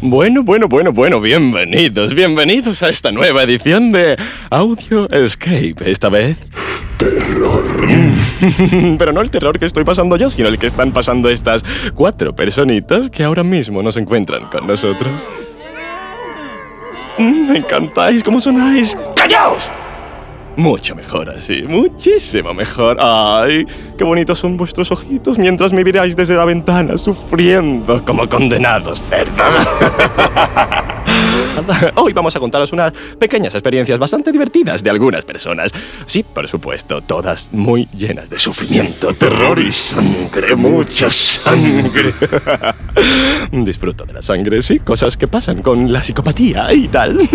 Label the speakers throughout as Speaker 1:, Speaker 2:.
Speaker 1: Bueno, bueno, bueno, bueno, bienvenidos, bienvenidos a esta nueva edición de Audio Escape, esta vez. Terror. Pero no el terror que estoy pasando yo, sino el que están pasando estas cuatro personitas que ahora mismo nos encuentran con nosotros. Mm, Me encantáis, ¿cómo sonáis? ¡Callaos! Mucho mejor así, muchísimo mejor. ¡Ay! ¡Qué bonitos son vuestros ojitos mientras me miráis desde la ventana sufriendo como condenados cerdos! Hoy vamos a contaros unas pequeñas experiencias bastante divertidas de algunas personas. Sí, por supuesto, todas muy llenas de sufrimiento, terror y sangre, mucha sangre. Disfruto de la sangre, sí, cosas que pasan con la psicopatía y tal.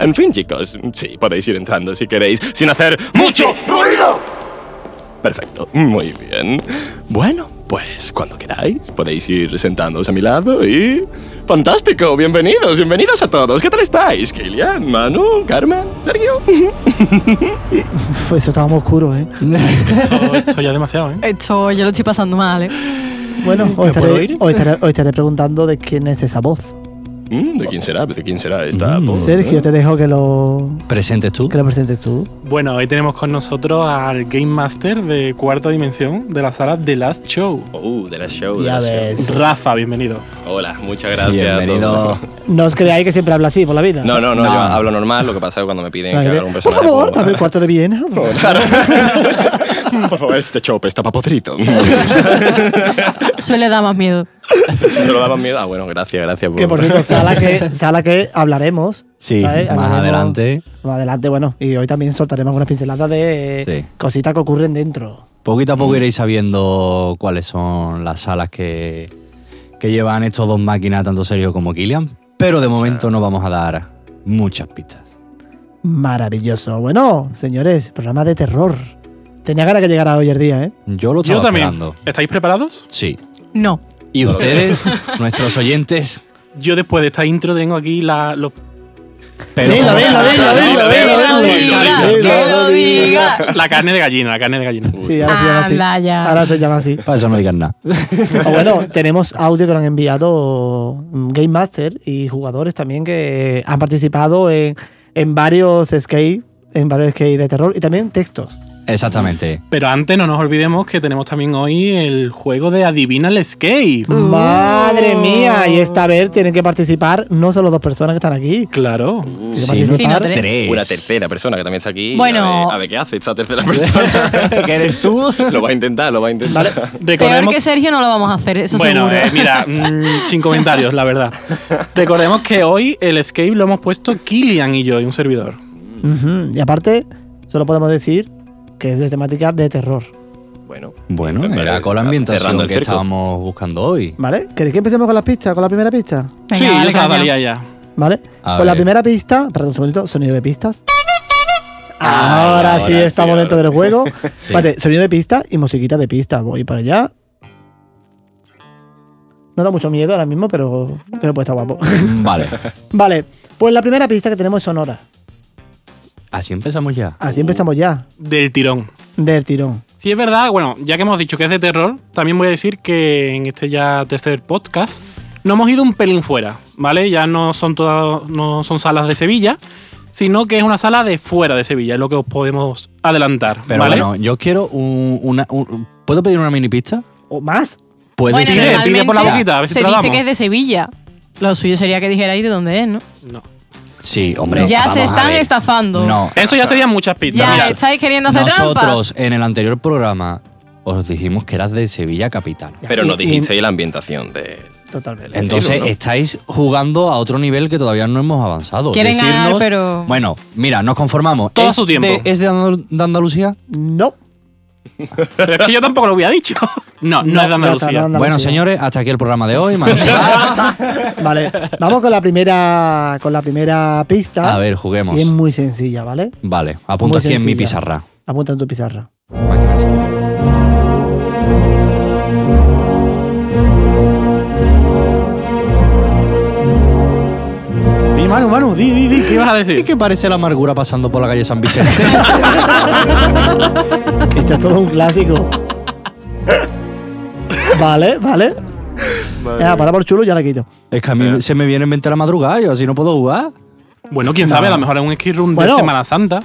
Speaker 1: en fin, chicos, sí, podéis ir entrando si queréis, sin hacer mucho ruido. Perfecto, muy bien. Bueno, pues cuando queráis podéis ir sentándoos a mi lado y... ¡Fantástico! Bienvenidos, bienvenidos a todos. ¿Qué tal estáis? Kilian, Manu, Carmen, Sergio.
Speaker 2: Uf, eso estaba muy oscuro, ¿eh?
Speaker 3: Esto, esto ya es demasiado, ¿eh?
Speaker 4: Esto yo lo estoy pasando mal, ¿eh?
Speaker 2: Bueno, os
Speaker 3: ¿Me puedo
Speaker 2: estaré,
Speaker 3: ir?
Speaker 2: os estaré- os estaré preguntando de quién es esa voz.
Speaker 1: Mm, ¿De quién será? ¿De quién será
Speaker 5: Ah,
Speaker 1: esta? voz,
Speaker 2: Mm. Sergio,
Speaker 1: eh?
Speaker 2: te dejo que lo,
Speaker 5: pues Presentes tú.
Speaker 2: que lo presentes tú.
Speaker 3: Bueno, hoy tenemos con nosotros al Game Master de cuarta dimensión de la sala The Last Show.
Speaker 1: Oh, de la show. de
Speaker 2: Ya
Speaker 1: la show.
Speaker 2: ves.
Speaker 3: Rafa, bienvenido.
Speaker 1: Hola, muchas gracias.
Speaker 5: Bienvenido.
Speaker 2: No os creáis que siempre habla así por la vida.
Speaker 1: No, no, no,
Speaker 5: No.
Speaker 1: yo hablo normal, lo que pasa es que cuando me piden
Speaker 2: Vale,
Speaker 1: que
Speaker 2: ve-
Speaker 1: haga un
Speaker 2: por
Speaker 1: personaje...
Speaker 2: favor,
Speaker 1: como-
Speaker 2: dame el cuarto de Viena.
Speaker 1: Claro. Por favor, este chope está podrido.
Speaker 4: Suele dar más miedo.
Speaker 1: Se lo daban miedo. Ah, bueno, gracias, gracias.
Speaker 2: Que por cierto, sala que, sala que hablaremos.
Speaker 5: Sí,
Speaker 2: ¿sabes?
Speaker 5: más
Speaker 2: Hablaremos-
Speaker 5: adelante.
Speaker 2: Más adelante, bueno. Y hoy también soltaremos unas pinceladas de
Speaker 5: Sí.
Speaker 2: cositas que ocurren dentro.
Speaker 5: Poquito
Speaker 3: Mm.
Speaker 5: a poco iréis sabiendo cuáles son las salas que, que llevan estos dos máquinas, tanto Sergio como Kilian. Pero de momento no vamos a dar muchas pistas.
Speaker 2: Maravilloso. Bueno, señores, programa de terror. Tenía ganas que llegara hoy el día, ¿eh?
Speaker 5: Yo lo estaba
Speaker 3: Yo también.
Speaker 5: esperando.
Speaker 3: ¿Estáis preparados?
Speaker 5: Sí.
Speaker 4: No.
Speaker 5: Y ustedes, nuestros oyentes.
Speaker 3: Yo después de esta intro tengo aquí la, los-
Speaker 5: Pero
Speaker 2: Venla, venla, venla, venla, venla, venla.
Speaker 4: que lo diga.
Speaker 3: la carne de gallina, la carne de gallina.
Speaker 2: Sí, ahora se llama así.
Speaker 4: Habla ya.
Speaker 2: Ahora se llama así.
Speaker 5: Para eso no digan nada.
Speaker 2: O bueno, tenemos audio que lo han enviado mm, Game Master y jugadores también que han participado en, en varios skate, en varios skate de terror y también textos.
Speaker 5: Exactamente.
Speaker 3: Pero antes no nos olvidemos que tenemos también hoy el juego de Adivina el
Speaker 4: Uh.
Speaker 3: Escape.
Speaker 2: Madre mía, y esta vez tienen que participar no solo dos personas que están aquí.
Speaker 3: Claro.
Speaker 2: tienen que
Speaker 5: Sí.
Speaker 2: participar
Speaker 4: Sí, no,
Speaker 5: Tres.
Speaker 1: Una tercera persona que también está aquí.
Speaker 4: Bueno.
Speaker 1: A ver, a ver qué hace esta tercera persona.
Speaker 5: ¿Qué eres tú?
Speaker 1: lo va a intentar, lo va a intentar.
Speaker 4: Peor
Speaker 3: Recordemos
Speaker 4: que Sergio no lo vamos a hacer, eso
Speaker 3: Bueno,
Speaker 4: seguro.
Speaker 3: eh, mira, mm, sin comentarios, la verdad. Recordemos que hoy el escape lo hemos puesto Kilian y yo y un servidor.
Speaker 2: Ujú, Y aparte, solo podemos decir que es de temática de terror.
Speaker 1: Bueno.
Speaker 5: Bueno,
Speaker 1: Vale,
Speaker 5: era con la
Speaker 1: está cerrando
Speaker 5: ambientación
Speaker 1: el
Speaker 5: que
Speaker 1: circo.
Speaker 5: estábamos buscando hoy.
Speaker 2: ¿Vale? ¿Queréis que empecemos con las pistas, con la primera pista?
Speaker 4: Venga,
Speaker 3: sí,
Speaker 4: dale
Speaker 3: yo se la
Speaker 4: caña.
Speaker 3: daría ya.
Speaker 2: ¿Vale?
Speaker 5: A
Speaker 2: pues la
Speaker 5: ver.
Speaker 2: primera pista, perdón un segundito, sonido de pistas.
Speaker 5: Ah,
Speaker 2: Ahora,
Speaker 5: ahora
Speaker 2: sí
Speaker 5: sí,
Speaker 2: estamos
Speaker 1: ahora
Speaker 2: dentro del
Speaker 1: sí.
Speaker 2: juego.
Speaker 5: Sí.
Speaker 2: Vale, sonido de pista y musiquita de pista. Voy para allá. No da mucho miedo ahora mismo, pero creo que puede estar guapo.
Speaker 5: Mm, Vale.
Speaker 2: vale, pues la primera pista que tenemos es sonora.
Speaker 5: Así empezamos ya. Uh.
Speaker 2: Así empezamos ya,
Speaker 3: Del tirón.
Speaker 2: del tirón.
Speaker 3: Si es verdad, bueno, ya que hemos dicho que es de terror, también voy a decir que en este ya tercer podcast no hemos ido un pelín fuera, ¿vale? Ya no son todas, no son salas de Sevilla, sino que es una sala de fuera de Sevilla, es lo que os podemos adelantar,
Speaker 5: Pero
Speaker 3: ¿vale?
Speaker 5: bueno, yo quiero un- una. un- ¿Puedo pedir una mini pista?
Speaker 2: ¿O más?
Speaker 5: Puede
Speaker 4: Bueno,
Speaker 3: Sí,
Speaker 5: ser.
Speaker 3: normal. pide por la
Speaker 4: normalmente
Speaker 3: boquita, a ver si
Speaker 4: se
Speaker 3: te la
Speaker 4: dice
Speaker 3: damos.
Speaker 4: que es de Sevilla. Lo suyo sería que dijerais de dónde es, ¿no?
Speaker 3: No.
Speaker 5: Sí, hombre.
Speaker 4: ya
Speaker 5: vamos
Speaker 4: se
Speaker 5: a
Speaker 4: están
Speaker 5: ver.
Speaker 4: estafando.
Speaker 5: No.
Speaker 3: Eso ya serían muchas pistas.
Speaker 4: Ya
Speaker 3: mira.
Speaker 4: estáis queriendo hacer
Speaker 5: Nosotros en el anterior programa os dijimos que eras de Sevilla capital.
Speaker 2: Ya,
Speaker 1: Pero
Speaker 2: y-
Speaker 1: no
Speaker 2: y-
Speaker 1: dijisteis la ambientación de.
Speaker 2: Totalmente.
Speaker 5: Entonces
Speaker 1: ¿no?
Speaker 5: estáis jugando a otro nivel que todavía no hemos avanzado.
Speaker 4: Quieren ganar, pero-
Speaker 5: Bueno, mira, nos conformamos.
Speaker 3: Todo
Speaker 5: ¿Es
Speaker 3: su tiempo.
Speaker 5: De, ¿Es de, Andal- de Andalucía?
Speaker 2: No.
Speaker 3: Pero es que yo tampoco lo había dicho. No, no,
Speaker 2: No,
Speaker 3: es de Andalucía.
Speaker 2: no, no, no.
Speaker 5: Bueno,
Speaker 2: Andalucía.
Speaker 5: señores, hasta aquí el programa de hoy. Manu Sala.
Speaker 2: Vale, vamos con la primera con la primera pista.
Speaker 5: A ver, juguemos.
Speaker 2: Y es muy sencilla, ¿vale?
Speaker 5: Vale, apunto
Speaker 2: Muy
Speaker 5: aquí en mi
Speaker 2: sencilla.
Speaker 5: pizarra.
Speaker 2: Apunta en tu pizarra.
Speaker 5: Máquina de escribir.
Speaker 3: Di, Manu, Manu, di, di, di, ¿qué ibas a
Speaker 5: Es
Speaker 3: decir?
Speaker 5: que parece la amargura pasando por la calle San Vicente.
Speaker 2: Esto es todo un clásico. vale, vale. Venga, para por chulo, ya la quito.
Speaker 5: es que a mí se me viene en mente la madrugada, yo así no puedo jugar.
Speaker 3: Bueno, quién sabe, a lo mejor es un ski room
Speaker 2: Bueno.
Speaker 3: de Semana Santa,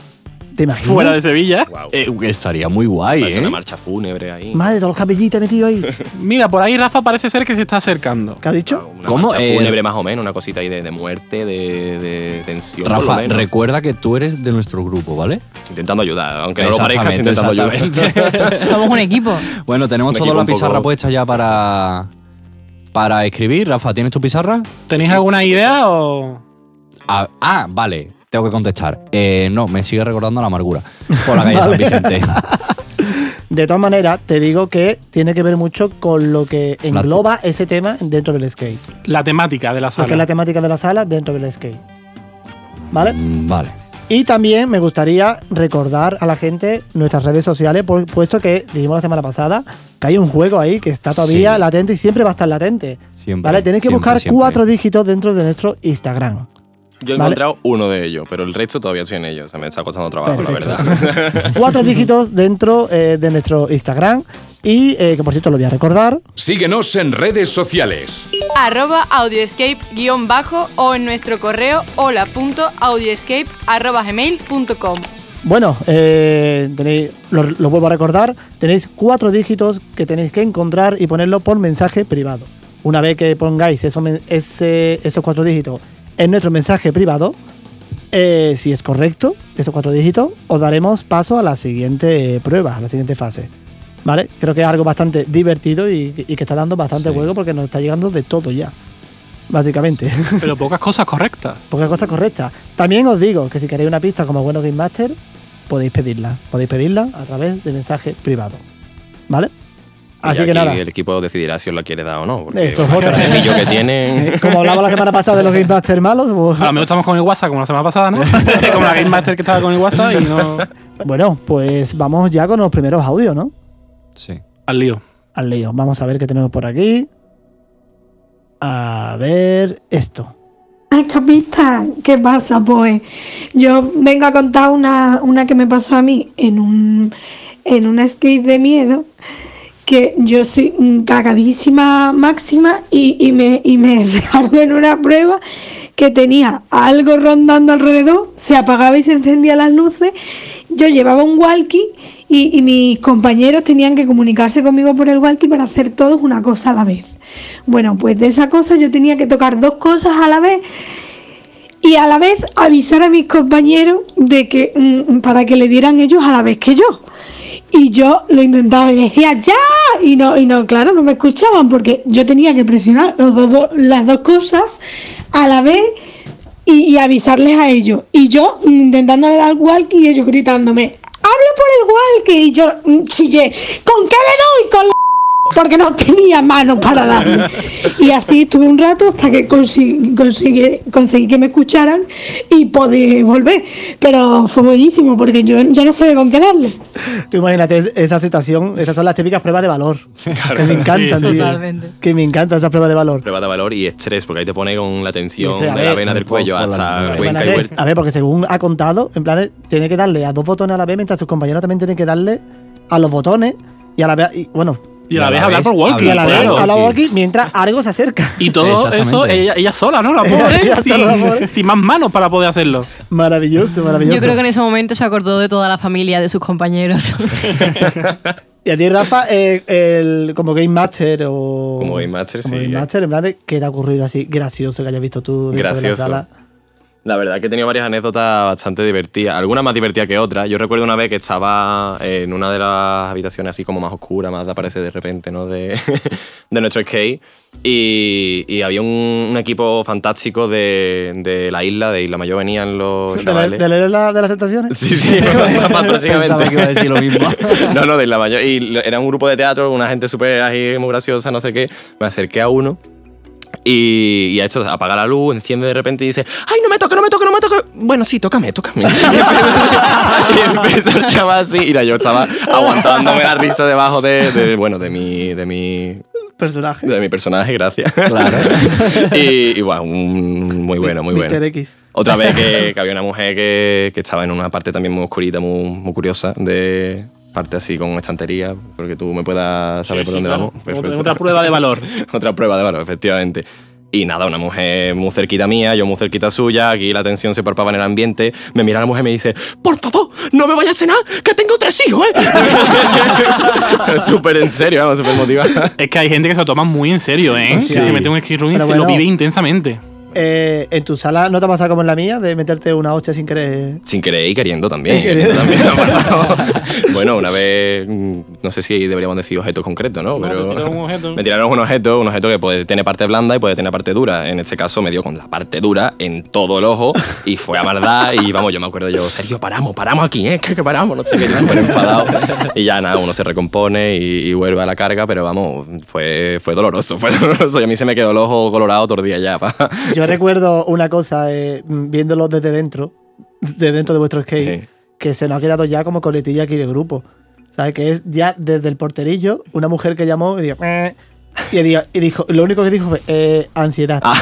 Speaker 2: ¿Te imaginas?
Speaker 3: fuera de Sevilla.
Speaker 5: Eh, estaría muy guay,
Speaker 1: Parece
Speaker 5: ¿eh?
Speaker 1: una marcha fúnebre ahí.
Speaker 2: Madre, todos los capillitas metidos ahí.
Speaker 3: Mira, por ahí Rafa parece ser que se está acercando.
Speaker 2: ¿Qué has dicho?
Speaker 1: Una
Speaker 5: ¿Cómo?
Speaker 1: marcha
Speaker 5: Eh,
Speaker 1: fúnebre más o menos, una cosita ahí de, de muerte, de, de tensión. por lo
Speaker 5: Rafa,
Speaker 1: menos.
Speaker 5: recuerda que tú eres de nuestro grupo, ¿vale?
Speaker 1: intentando ayudar, aunque no lo parezca, estoy intentando ayudar.
Speaker 5: exactamente.
Speaker 4: Somos un equipo.
Speaker 5: bueno, tenemos
Speaker 1: Me
Speaker 5: toda la
Speaker 1: equivoco un
Speaker 5: pizarra
Speaker 1: poco.
Speaker 5: puesta ya para, para escribir. Rafa, ¿tienes tu pizarra?
Speaker 3: ¿Tenéis alguna idea o.?
Speaker 5: Ah, ah, vale, tengo que contestar. Eh, no, me sigue recordando la amargura. Por la calle San Vicente.
Speaker 2: De todas maneras, te digo que tiene que ver mucho con lo que engloba ese tema dentro del skate.
Speaker 3: La temática de la
Speaker 2: Porque es la
Speaker 3: sala.
Speaker 2: temática de la sala dentro del skate. ¿Vale?
Speaker 5: Mm, vale.
Speaker 2: Y también me gustaría recordar a la gente nuestras redes sociales, por- puesto que dijimos la semana pasada que hay un juego ahí que está todavía
Speaker 5: Sí.
Speaker 2: latente y siempre va a estar latente.
Speaker 5: Siempre,
Speaker 2: ¿Vale? Tenéis que
Speaker 5: siempre,
Speaker 2: buscar
Speaker 5: siempre.
Speaker 2: cuatro dígitos dentro de nuestro Instagram.
Speaker 1: Yo he
Speaker 2: Vale.
Speaker 1: encontrado uno de ellos, pero el resto todavía estoy en ellos. O sea, me está costando trabajo,
Speaker 2: Perfecto.
Speaker 1: la verdad.
Speaker 2: cuatro dígitos dentro eh, de nuestro Instagram. Y eh, que por cierto lo voy a recordar.
Speaker 6: Síguenos en redes sociales.
Speaker 7: arroba audioescape-bajo o en nuestro correo hola.audioescape.gmail.com
Speaker 2: Bueno, eh, tenéis, lo, lo vuelvo a recordar, tenéis cuatro dígitos que tenéis que encontrar y ponerlo por mensaje privado. Una vez que pongáis esos men- ese- esos cuatro dígitos en nuestro mensaje privado, eh, si es correcto, esos cuatro dígitos, os daremos paso a la siguiente prueba, a la siguiente fase. ¿Vale? Creo que es algo bastante divertido y, y que está dando bastante
Speaker 5: Sí.
Speaker 2: juego porque nos está llegando de todo ya. Básicamente.
Speaker 3: Pero pocas cosas correctas.
Speaker 2: Porque es cosa correcta. También os digo que si queréis una pista como bueno Game Master, podéis pedirla. Podéis pedirla a través de mensaje privado. ¿Vale? Así
Speaker 1: Y
Speaker 2: que
Speaker 1: aquí
Speaker 2: nada.
Speaker 1: El equipo decidirá si os la quiere dar o no. porque
Speaker 2: Eso es
Speaker 1: con
Speaker 2: otra.
Speaker 1: El cepillo que tienen.
Speaker 2: Como hablaba la semana pasada de los Game Master malos, pues,
Speaker 3: A lo mejor estamos con el WhatsApp como la semana pasada, ¿no? como la Game Master que estaba con el WhatsApp y no.
Speaker 1: Ah.
Speaker 2: bueno, pues vamos ya con los primeros audios, ¿no?
Speaker 5: Sí.
Speaker 3: Al lío.
Speaker 2: Al lío. Vamos a ver qué tenemos por aquí. A ver esto.
Speaker 8: Ay, capista, ¿qué pasa? Pues yo vengo a contar una, una que me pasó a mí en un, en un skate de miedo, que yo soy mm, cagadísima máxima y, y me, y me dejaron en una prueba que tenía algo rondando alrededor, se apagaba y se encendían las luces, yo llevaba un walkie y, y mis compañeros tenían que comunicarse conmigo por el walkie para hacer todos una cosa a la vez. Bueno, pues de esa cosa yo tenía que tocar dos cosas a la vez y a la vez avisar a mis compañeros de que mm, para que le dieran ellos a la vez que yo. Y yo lo intentaba y decía ya y no y no claro no me escuchaban porque yo tenía que presionar los dos- dos- las dos cosas a la vez y, y avisarles a ellos y yo mm, intentándole dar walkie y ellos gritándome hablo por el walkie y yo mm, chillé con qué le doy con la porque no tenía mano para darle. Y así estuve un rato hasta que consi- conseguí, conseguí que me escucharan y pude volver. Pero fue buenísimo porque yo ya no sabía con qué darle.
Speaker 2: Tú imagínate esa situación. Esas son las típicas pruebas de valor. que me encantan,
Speaker 3: Sí,
Speaker 4: sí.
Speaker 2: tío.
Speaker 4: Totalmente.
Speaker 2: Que me encantan esas pruebas de valor.
Speaker 1: Prueba de valor y estrés, porque ahí te pone con la tensión
Speaker 2: Y estrés, a
Speaker 1: de la
Speaker 2: ver,
Speaker 1: vena del
Speaker 5: por-
Speaker 1: cuello
Speaker 5: por la-
Speaker 1: hasta
Speaker 5: por la-
Speaker 1: cuenca y
Speaker 2: Espérate,
Speaker 1: vuelta.
Speaker 2: A ver, porque según ha contado, en plan, eh, tiene que darle a dos botones a la vez, mientras sus compañeros también tienen que darle a los botones y a la vez. y, bueno,
Speaker 3: Y a la vez hablar por walkie.
Speaker 2: y a la vez
Speaker 3: claro.
Speaker 2: a la walkie mientras algo se acerca.
Speaker 3: Y todo
Speaker 5: Exactamente.
Speaker 3: eso, ella, ella sola, ¿no? La
Speaker 2: Ella
Speaker 3: pobre,
Speaker 2: sola, la pobre.
Speaker 3: sin, sin más manos para poder hacerlo.
Speaker 2: Maravilloso, maravilloso.
Speaker 4: Yo creo que en ese momento se acordó de toda la familia, de sus compañeros.
Speaker 2: Y a ti, Rafa, eh, el, como Game Master o.
Speaker 1: Como Game Master,
Speaker 2: como
Speaker 1: sí,
Speaker 2: Game
Speaker 1: eh.
Speaker 2: Master, en plan, de, ¿qué te ha ocurrido así gracioso que hayas visto tú dentro de la
Speaker 1: Gracioso.
Speaker 2: sala?
Speaker 9: La verdad que he tenido varias anécdotas bastante divertidas, algunas más divertidas que otras. Yo recuerdo una vez que estaba en una de las habitaciones así como más oscura, más de aparecer de repente, ¿no? De, de nuestro skate. Y, y había un, un equipo fantástico de, de la isla, de Isla Mayor, venían los
Speaker 2: ¿De, la,
Speaker 9: chavales.
Speaker 2: de leer la- de las tentaciones?
Speaker 9: Sí, sí, prácticamente.
Speaker 5: Pensaba que iba a decir lo mismo.
Speaker 9: no, no, de Isla Mayor. Y lo- era un grupo de teatro, una gente súper así, muy graciosa, no sé qué. Me acerqué a uno y, y ha hecho apaga la luz, enciende de repente y dice: ¡Ay, no me toca, no me toca, no me toca! Bueno, sí, tócame, tócame. y empezó el chaval así. Y la yo estaba aguantándome la risa debajo de, de, bueno, de mi, de mi,
Speaker 2: Personaje.
Speaker 9: de mi personaje, gracias.
Speaker 5: Claro.
Speaker 9: y, y bueno, un- muy bueno, muy bueno.
Speaker 2: Mr. X.
Speaker 9: Otra vez que, que había una mujer que, que estaba en una parte también muy oscurita, muy, muy curiosa, de parte así con estantería, porque tú me puedas saber por dónde vamos. Perfecto.
Speaker 3: Otra prueba de valor.
Speaker 9: Otra prueba de valor, efectivamente. Y nada, una mujer muy cerquita mía, yo muy cerquita suya, aquí la tensión se palpaba en el ambiente. Me mira la mujer y me dice, por favor, no me vayas a cenar, que tengo tres hijos, ¿eh? súper en serio, vamos, súper motivada.
Speaker 3: Es que hay gente que se lo toma muy en serio, ¿eh?
Speaker 2: Sí.
Speaker 3: Que se mete en un ski room y
Speaker 2: Pero
Speaker 3: se lo
Speaker 2: bueno.
Speaker 3: vive intensamente.
Speaker 2: Eh, ¿En tu sala no te ha pasado como en la mía de meterte una hostia sin querer?
Speaker 9: Sin querer y queriendo también.
Speaker 2: Y queriendo.
Speaker 9: También ha pasado. bueno, una vez, mm, no sé si deberíamos decir objetos concretos, ¿no?
Speaker 3: No,
Speaker 9: Pero
Speaker 3: te tiraron un objeto.
Speaker 9: me tiraron un objeto, un objeto que puede tener parte blanda y puede tener parte dura. En este caso me dio con la parte dura en todo el ojo y fue a maldad. y vamos, yo me acuerdo yo, Sergio, paramos, paramos aquí, ¿eh? Que, que paramos, no sé qué, yo súper enfadado. Y ya nada, uno se recompone y, y vuelve a la carga, pero vamos, fue, fue doloroso, fue doloroso. Y a mí se me quedó el ojo colorado todo el día ya. pa.
Speaker 2: Yo recuerdo una cosa, eh, mm, viéndolo desde dentro, de dentro de vuestro skate,
Speaker 9: Sí.
Speaker 2: que se nos ha quedado ya como coletilla aquí de grupo. ¿Sabes? Que es ya desde el porterillo, una mujer que llamó y dijo, "Eh", y, dijo- y dijo, lo único que dijo fue, "Eh, ansiedad.
Speaker 9: Ah.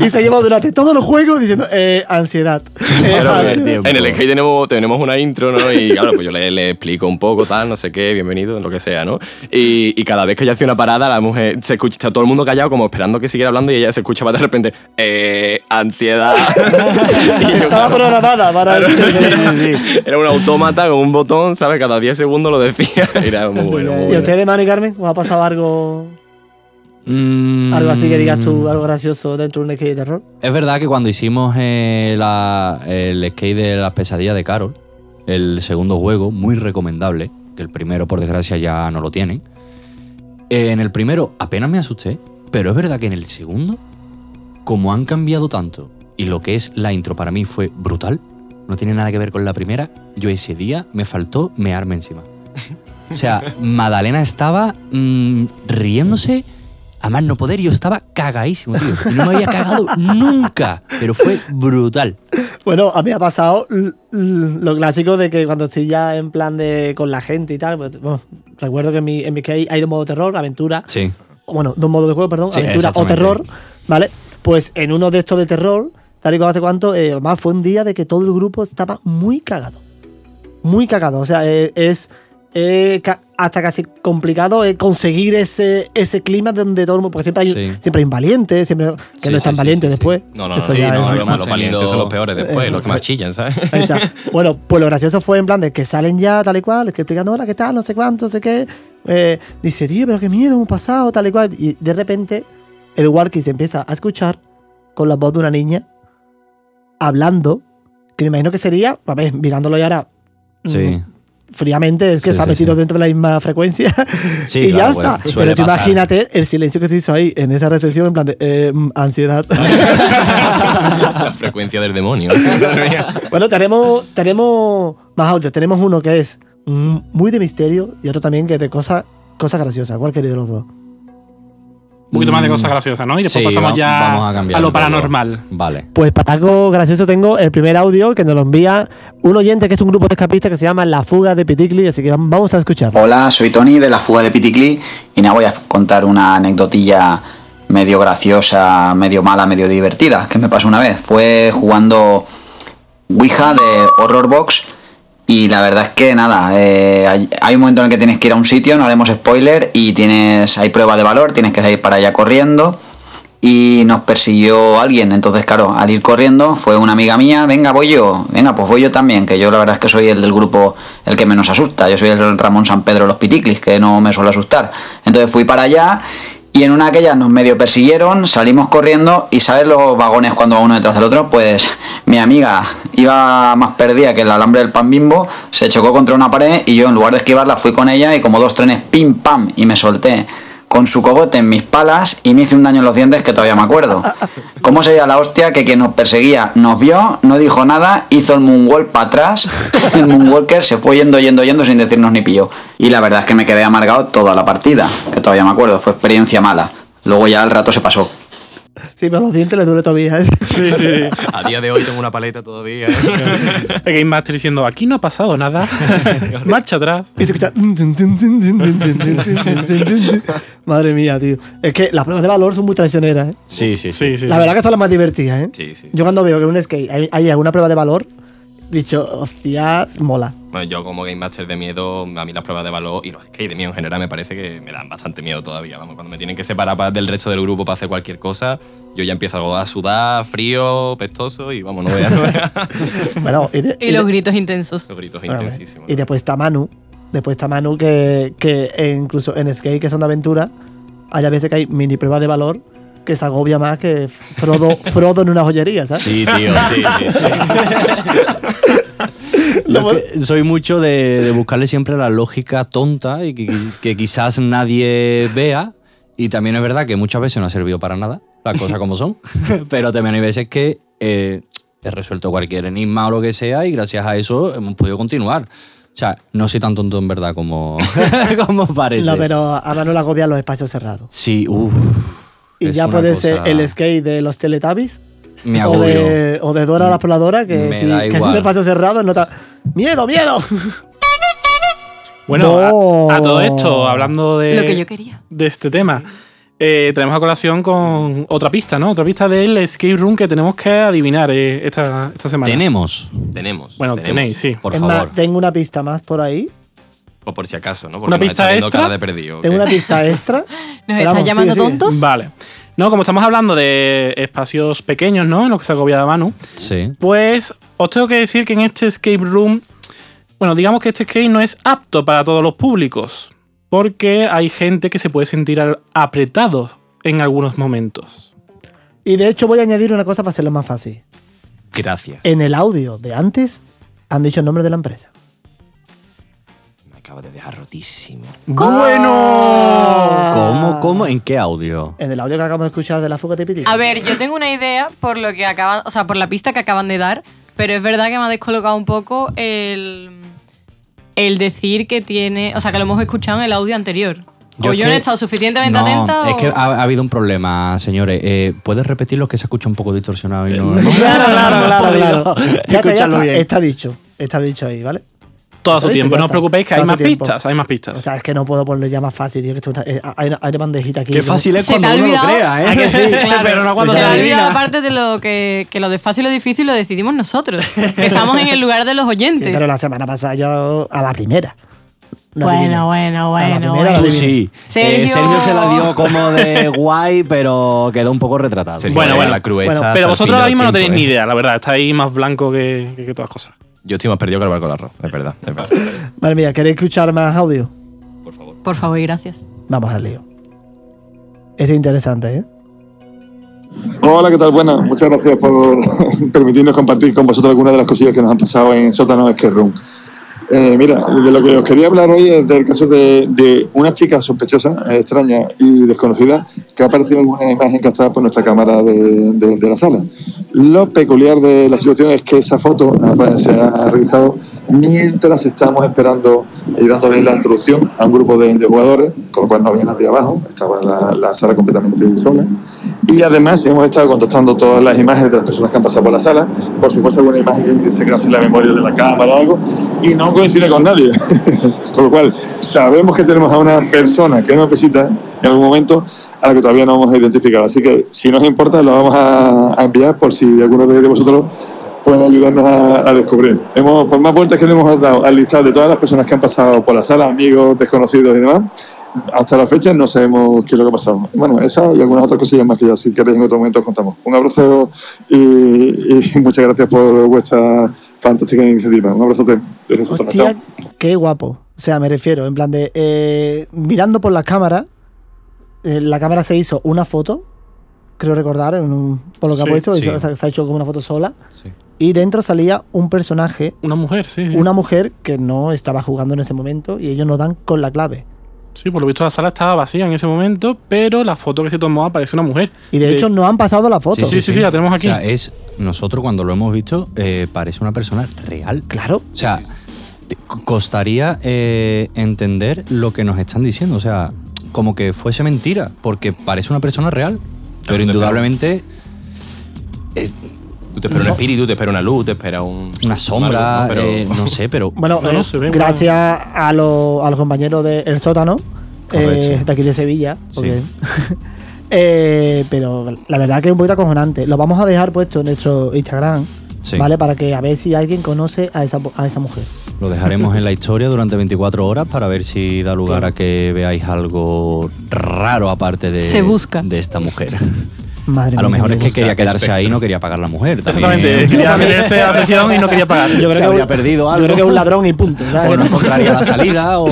Speaker 2: y se ha llevado durante todos los juegos diciendo, "Eh, ansiedad. Eh,
Speaker 9: Claro,
Speaker 5: Vale,
Speaker 9: en-
Speaker 5: tiempo.
Speaker 9: En el skate tenemos, tenemos una intro, ¿no? Y claro, pues yo le, le explico un poco, tal, no sé qué, bienvenido, lo que sea, ¿no? Y, y cada vez que ella hacía una parada, la mujer se escucha, está todo el mundo callado, como esperando que siguiera hablando, y ella se escuchaba de repente, eh, ansiedad. Y yo,
Speaker 2: Estaba
Speaker 9: claro,
Speaker 2: programada para
Speaker 9: claro,
Speaker 2: decir eso.
Speaker 9: sí, sí, sí. Era un autómata con un botón, ¿sabes? Cada 10 segundos lo decía. Era muy bueno, muy
Speaker 2: ¿Y a
Speaker 9: bueno.
Speaker 2: ustedes, Manu y Carmen, os ha pasado algo,
Speaker 5: Mm,
Speaker 2: algo así que digas tú, algo gracioso dentro de un skate de terror?
Speaker 5: Es verdad que cuando hicimos eh, la- el skate de las pesadillas de Carol, el segundo juego, muy recomendable, que el primero por desgracia ya no lo tienen, eh, en el primero apenas me asusté, pero es verdad que en el segundo, como han cambiado tanto y lo que es la intro para mí fue brutal, no tiene nada que ver con la primera, yo ese día me faltó mearme encima. O sea, Madalena estaba mm, riéndose a más no poder, yo estaba cagadísimo, tío. Y no me había cagado nunca, pero fue brutal.
Speaker 2: Bueno, a mí ha pasado l- l- lo clásico de que cuando estoy ya en plan de con la gente y tal, pues, bueno, recuerdo que en mi, en mi skate hay dos modos de terror, aventura,
Speaker 5: Sí.
Speaker 2: o bueno, dos modos de juego, perdón,
Speaker 5: Sí,
Speaker 2: aventura o
Speaker 5: exactamente.
Speaker 2: terror, ¿vale? Pues en uno de estos de terror, tal y como hace cuánto, eh, además fue un día de que todo el grupo estaba muy cagado. Muy cagado, o sea, eh, es eh, ca- hasta casi complicado eh, conseguir ese, ese clima donde todo el mundo, porque siempre hay,
Speaker 5: Sí.
Speaker 2: siempre hay un valiente, siempre, que
Speaker 5: Sí,
Speaker 2: no están
Speaker 5: sí, sí,
Speaker 2: valientes
Speaker 5: sí, sí.
Speaker 2: después.
Speaker 9: No, no, no,
Speaker 2: Eso
Speaker 9: sí,
Speaker 2: ya
Speaker 9: no,
Speaker 2: es- Eh,
Speaker 9: los
Speaker 5: es- hemos
Speaker 9: valientes son
Speaker 5: tenido-
Speaker 9: los peores después, los que más chillan, ¿sabes?
Speaker 2: Ahí está. Bueno, pues lo gracioso fue en plan de que salen ya tal y cual, estoy explicando, hola, ¿qué tal? No sé cuánto, no sé qué. Eh, dice, tío, pero qué miedo, hemos pasado, tal y cual. Y de repente, el Walkie se empieza a escuchar con la voz de una niña hablando, que me imagino que sería, a ver, mirándolo ya ahora mm,
Speaker 5: Sí.
Speaker 2: fríamente, es que
Speaker 5: Sí,
Speaker 2: se ha
Speaker 5: sí,
Speaker 2: metido
Speaker 5: sí.
Speaker 2: dentro de la misma frecuencia
Speaker 5: Sí,
Speaker 2: y
Speaker 5: claro,
Speaker 2: ya
Speaker 5: bueno,
Speaker 2: está.
Speaker 5: suele
Speaker 2: pero tú
Speaker 5: pasar.
Speaker 2: imagínate el silencio que se hizo ahí en esa recesión, en plan de eh, mm, ansiedad.
Speaker 9: La frecuencia del demonio.
Speaker 2: Bueno, tenemos, tenemos más audio. Tenemos uno que es mm, muy de misterio y otro también que es de cosas cosas graciosas. ¿Cuál queréis de los dos?
Speaker 3: Un poquito más de
Speaker 5: Mm.
Speaker 3: cosas graciosas, ¿no? Y después
Speaker 5: Sí,
Speaker 3: pasamos
Speaker 5: va-
Speaker 3: ya
Speaker 5: vamos a cambiar
Speaker 3: lo
Speaker 5: un poco.
Speaker 3: paranormal.
Speaker 5: Vale.
Speaker 2: Pues para algo gracioso tengo el primer audio que nos lo envía un oyente que es un grupo de escapistas que se llama La Fuga de Piticli, así que vam- vamos a escucharlo.
Speaker 10: Hola, soy Tony de la fuga de Piticlí y nada, voy a contar una anecdotilla medio graciosa, medio mala, medio divertida que me pasó una vez. Fue jugando Ouija de Horror Box y la verdad es que nada, eh, hay, hay un momento en el que tienes que ir a un sitio, no haremos spoiler y tienes hay prueba de valor, tienes que salir para allá corriendo y nos persiguió alguien. Entonces, claro, al ir corriendo fue una amiga mía, venga, voy yo, venga, pues voy yo también, que yo la verdad es que soy el del grupo el que menos asusta. Yo soy el Ramón San Pedro de los Piticlis, que no me suele asustar. Entonces fui para allá Y en una de aquellas nos medio persiguieron, salimos corriendo y ¿sabes los vagones cuando va uno detrás del otro? Pues mi amiga iba más perdida que el alambre del pan bimbo, se chocó contra una pared y yo en lugar de esquivarla fui con ella y como dos trenes pim pam y me solté con su cogote en mis palas y me hice un daño en los dientes que todavía me acuerdo. ¿Cómo sería la hostia que quien nos perseguía nos vio, no dijo nada, hizo el moonwalk para atrás, el moonwalker se fue yendo, yendo, yendo sin decirnos ni pilló? Y la verdad es que me quedé amargado toda la partida, que todavía me acuerdo, fue experiencia mala. Luego ya al rato se pasó.
Speaker 2: Sí, pero los dientes le duele todavía. ¿eh?
Speaker 3: Sí, sí.
Speaker 9: A día de hoy tengo una paleta todavía. ¿eh?
Speaker 3: El Game Master diciendo, aquí no ha pasado nada. Marcha atrás.
Speaker 2: Y se escucha. Madre mía, tío. Es que las pruebas de valor son muy traicioneras. ¿eh?
Speaker 9: Sí, sí,
Speaker 3: sí. sí,
Speaker 2: La verdad que son las más divertidas. ¿eh?
Speaker 9: Sí, sí.
Speaker 2: Yo cuando veo que en un skate hay, hay alguna prueba de valor, dicho, hostia, mola.
Speaker 9: Bueno, yo como Game Master de miedo, a mí las pruebas de valor y los skate de miedo en general me parece que me dan bastante miedo todavía. Vamos, cuando me tienen que separar pa- del resto del grupo para hacer cualquier cosa, yo ya empiezo a sudar, frío, pestoso y vamos, no veas. no veas.
Speaker 2: Bueno, y, de-
Speaker 4: Y
Speaker 2: y de-
Speaker 4: los gritos intensos.
Speaker 9: Los gritos
Speaker 2: Bueno,
Speaker 9: intensísimos.
Speaker 2: Y después está Manu. Después está Manu, que, que eh, incluso en skate, que son de aventura, hay a veces que hay mini pruebas de valor que se agobia más que Frodo, Frodo en una joyería, ¿sabes?
Speaker 9: Sí, tío, sí, sí, sí.
Speaker 5: Yo es que soy mucho de, de buscarle siempre la lógica tonta y que, que quizás nadie vea. Y también es verdad que muchas veces no ha servido para nada, las cosas como son. Pero también hay veces que eh, he resuelto cualquier enigma o lo que sea y gracias a eso hemos podido continuar. O sea, no soy tan tonto en verdad como, como parece.
Speaker 2: No, pero a Manu la agobia los espacios cerrados.
Speaker 5: Sí, uff.
Speaker 2: Y ya puede ser el skate de los Teletubbies.
Speaker 5: Me
Speaker 2: o,
Speaker 5: agobio. Mm.
Speaker 2: de, o de Dora la exploradora, que
Speaker 5: Me
Speaker 2: si,
Speaker 5: da
Speaker 2: que si
Speaker 5: igual.
Speaker 2: un espacio cerrado nota. ¡Miedo, miedo!
Speaker 3: Bueno, a-
Speaker 2: No.
Speaker 3: a, todo esto, hablando de,
Speaker 4: Lo que yo quería.
Speaker 3: de este tema, eh, tenemos a colación con otra pista, ¿no? Otra pista del escape room que tenemos que adivinar eh, esta, esta semana.
Speaker 5: Tenemos,
Speaker 9: Tenemos.
Speaker 3: Bueno,
Speaker 9: tenemos.
Speaker 3: tenéis, sí.
Speaker 5: por
Speaker 2: es
Speaker 5: favor.
Speaker 2: más, tengo una pista más por ahí.
Speaker 9: O Pues por si acaso, ¿no? Porque
Speaker 3: ¿Una
Speaker 9: me
Speaker 3: pista
Speaker 9: está viendo
Speaker 3: extra?
Speaker 9: cara de perdido.
Speaker 2: Tengo
Speaker 9: ¿ok?
Speaker 2: una pista extra.
Speaker 4: ¿Nos
Speaker 2: Pero vamos,
Speaker 4: estás
Speaker 2: sigue,
Speaker 4: llamando
Speaker 2: sigue.
Speaker 4: tontos?
Speaker 3: Vale. No, como estamos hablando de espacios pequeños, ¿no? En los que se agobia Manu,
Speaker 5: Sí.
Speaker 3: pues os tengo que decir que en este escape room, bueno, digamos que este escape no es apto para todos los públicos, porque hay gente que se puede sentir al- apretado en algunos momentos.
Speaker 2: Y de hecho, voy a añadir una cosa para hacerlo más fácil.
Speaker 9: Gracias.
Speaker 2: En el audio de antes han dicho el nombre de la empresa.
Speaker 9: Me acaba de dejar rotísimo.
Speaker 2: ¡Bueno!
Speaker 5: ¿Cómo, cómo? ¿En qué audio?
Speaker 2: En el audio que acabamos de escuchar de la fuga de Piti.
Speaker 4: A ver, yo tengo una idea por lo que acaban, o sea, por la pista que acaban de dar, pero es verdad que me ha descolocado un poco el, el decir que tiene, o sea, que lo hemos escuchado en el audio anterior.
Speaker 5: Yo
Speaker 4: o
Speaker 5: es
Speaker 4: yo no
Speaker 5: que-
Speaker 4: he estado suficientemente
Speaker 5: No,
Speaker 4: atenta
Speaker 5: es
Speaker 4: o
Speaker 5: que ha, ha habido un problema, señores. Eh, ¿Puedes repetir lo que se escucha un poco distorsionado y no?
Speaker 3: Eh,
Speaker 2: Claro, claro, claro, claro. Ya está, ya
Speaker 5: Escúchalo
Speaker 2: está,
Speaker 5: bien.
Speaker 2: está dicho. Está dicho ahí, ¿vale?
Speaker 3: Todo a su
Speaker 2: Lo he dicho,
Speaker 3: tiempo,
Speaker 2: ya
Speaker 3: no os
Speaker 2: está.
Speaker 3: preocupéis que
Speaker 2: Todo
Speaker 3: hay
Speaker 2: a su
Speaker 3: más
Speaker 2: tiempo.
Speaker 3: pistas, hay más pistas.
Speaker 2: O sea, es que no puedo ponerle ya más fácil, tío, que esto está- eh, hay, una, hay una bandejita aquí.
Speaker 5: Qué
Speaker 2: como-
Speaker 5: fácil es
Speaker 4: Se te
Speaker 5: cuando
Speaker 4: ha
Speaker 5: uno lo
Speaker 4: olvidado.
Speaker 5: crea,
Speaker 2: ¿A
Speaker 5: ¿eh?
Speaker 2: que sí?
Speaker 4: Claro,
Speaker 3: Pero no cuando
Speaker 2: Pues
Speaker 4: se
Speaker 2: ya
Speaker 4: ha
Speaker 3: se
Speaker 2: adivina.
Speaker 4: olvidado aparte de lo que, que lo de fácil o difícil lo decidimos nosotros. que estamos en el lugar de los
Speaker 2: Sí,
Speaker 4: oyentes.
Speaker 2: pero la semana pasada yo a la primera. No adiviné.
Speaker 4: bueno, bueno,
Speaker 2: A la
Speaker 4: bueno,
Speaker 2: primera
Speaker 4: bueno.
Speaker 5: Tú
Speaker 2: lo
Speaker 5: sí.
Speaker 4: eh. Sergio.
Speaker 5: Eh, Sergio se la dio como de guay, pero quedó un poco retratado.
Speaker 9: Sería
Speaker 3: Bueno,
Speaker 9: de
Speaker 3: bueno.
Speaker 9: la crueza
Speaker 2: Bueno,
Speaker 9: hasta el
Speaker 3: Pero
Speaker 9: fin
Speaker 3: vosotros ahora
Speaker 9: del
Speaker 3: mismo no
Speaker 9: tiempo,
Speaker 3: tenéis ni
Speaker 9: ¿eh?
Speaker 3: idea, la verdad. Estáis más blanco que, que- que todas cosas.
Speaker 9: Yo estoy más perdido que el barco de arroz, es verdad, es verdad.
Speaker 2: Madre mía, ¿queréis escuchar más audio?
Speaker 4: Por favor y gracias.
Speaker 2: Vamos al lío. Es interesante, ¿eh?
Speaker 11: Hola, ¿qué tal? Buenas, muchas gracias por permitirnos compartir con vosotros algunas de las cosillas que nos han pasado en Sótano Escape Room. Eh, mira, de lo que os quería hablar hoy es del caso de, de una chica sospechosa, eh, extraña y desconocida, que ha aparecido en alguna imagen captada por nuestra cámara de, de- de la sala. Lo peculiar de la situación es que esa foto apa- se ha realizado mientras estábamos esperando y dándole la introducción a un grupo de, de jugadores, con lo cual no había nadie abajo, estaba la, la sala completamente sola. Y además hemos estado contactando todas las imágenes de las personas que han pasado por la sala, por si fuese alguna imagen que se quedase en la memoria de la cámara o algo, y no coincide con nadie. con lo cual, sabemos que tenemos a una persona que nos visita en algún momento a la que todavía no hemos identificado. Así que, si nos importa, lo vamos a, a enviar por si alguno de, de vosotros puede ayudarnos a, a descubrir. Hemos, por más vueltas que le hemos dado al listado de todas las personas que han pasado por la sala, amigos, desconocidos y demás, hasta la fecha no sabemos qué es lo que ha pasado. Bueno, esa y algunas otras cosillas más que ya, si queréis, en otro momento os contamos. Un abrazo y, y muchas gracias por vuestra fantástica iniciativa. Un abrazote. desde Sotana. Chao.
Speaker 2: Hostia, qué guapo. O sea, me refiero, en plan de. eh, mirando por la cámara, eh, la cámara se hizo una foto, creo recordar, en un- por lo que
Speaker 3: Sí,
Speaker 2: ha puesto,
Speaker 3: sí.
Speaker 2: hizo- se ha hecho como una foto sola. Y dentro salía un personaje,
Speaker 3: Una mujer, sí. sí.
Speaker 2: una mujer que no estaba jugando en ese momento y ellos nos dan con la clave.
Speaker 3: Sí, por lo visto la sala estaba vacía en ese momento, pero la foto que se tomó aparece una mujer.
Speaker 2: Y de hecho no han pasado la foto.
Speaker 3: Sí, sí, sí, sí, la tenemos aquí.
Speaker 5: O sea, es. Nosotros cuando lo hemos visto, eh, parece una persona real.
Speaker 2: Claro.
Speaker 5: O sea, te- costaría eh, entender lo que nos están diciendo. O sea, como que fuese mentira, porque parece una persona real. Pero indudablemente
Speaker 9: Tú te esperas un espíritu, te espera una luz, te espera un.
Speaker 5: una sombra,
Speaker 9: algo, ¿no? Pero-
Speaker 5: eh, no sé, pero.
Speaker 2: Bueno, eh, gracias a, los- a los compañeros del sótano,
Speaker 5: Correcto.
Speaker 2: eh, de aquí de Sevilla.
Speaker 5: Sí.
Speaker 2: porque- Eh, pero la verdad que es un poquito acojonante. Lo vamos a dejar puesto en nuestro Instagram,
Speaker 5: Sí.
Speaker 2: ¿vale? Para que a ver si alguien conoce a esa, a esa mujer.
Speaker 5: Lo dejaremos en la historia durante 24 horas para ver si da lugar a que veáis algo raro aparte de,
Speaker 4: Se busca.
Speaker 5: de esta mujer.
Speaker 2: Madre
Speaker 5: a lo
Speaker 2: mía,
Speaker 5: mejor es que
Speaker 2: busca.
Speaker 5: quería quedarse ahí y no quería pagar la mujer. también.
Speaker 3: Exactamente, quería meterse a la presión y no quería pagar.
Speaker 5: Yo creo Se que habría un- perdido
Speaker 2: Yo
Speaker 5: algo.
Speaker 2: creo que es un ladrón y punto. ¿sabes?
Speaker 5: O no encontraría la salida o...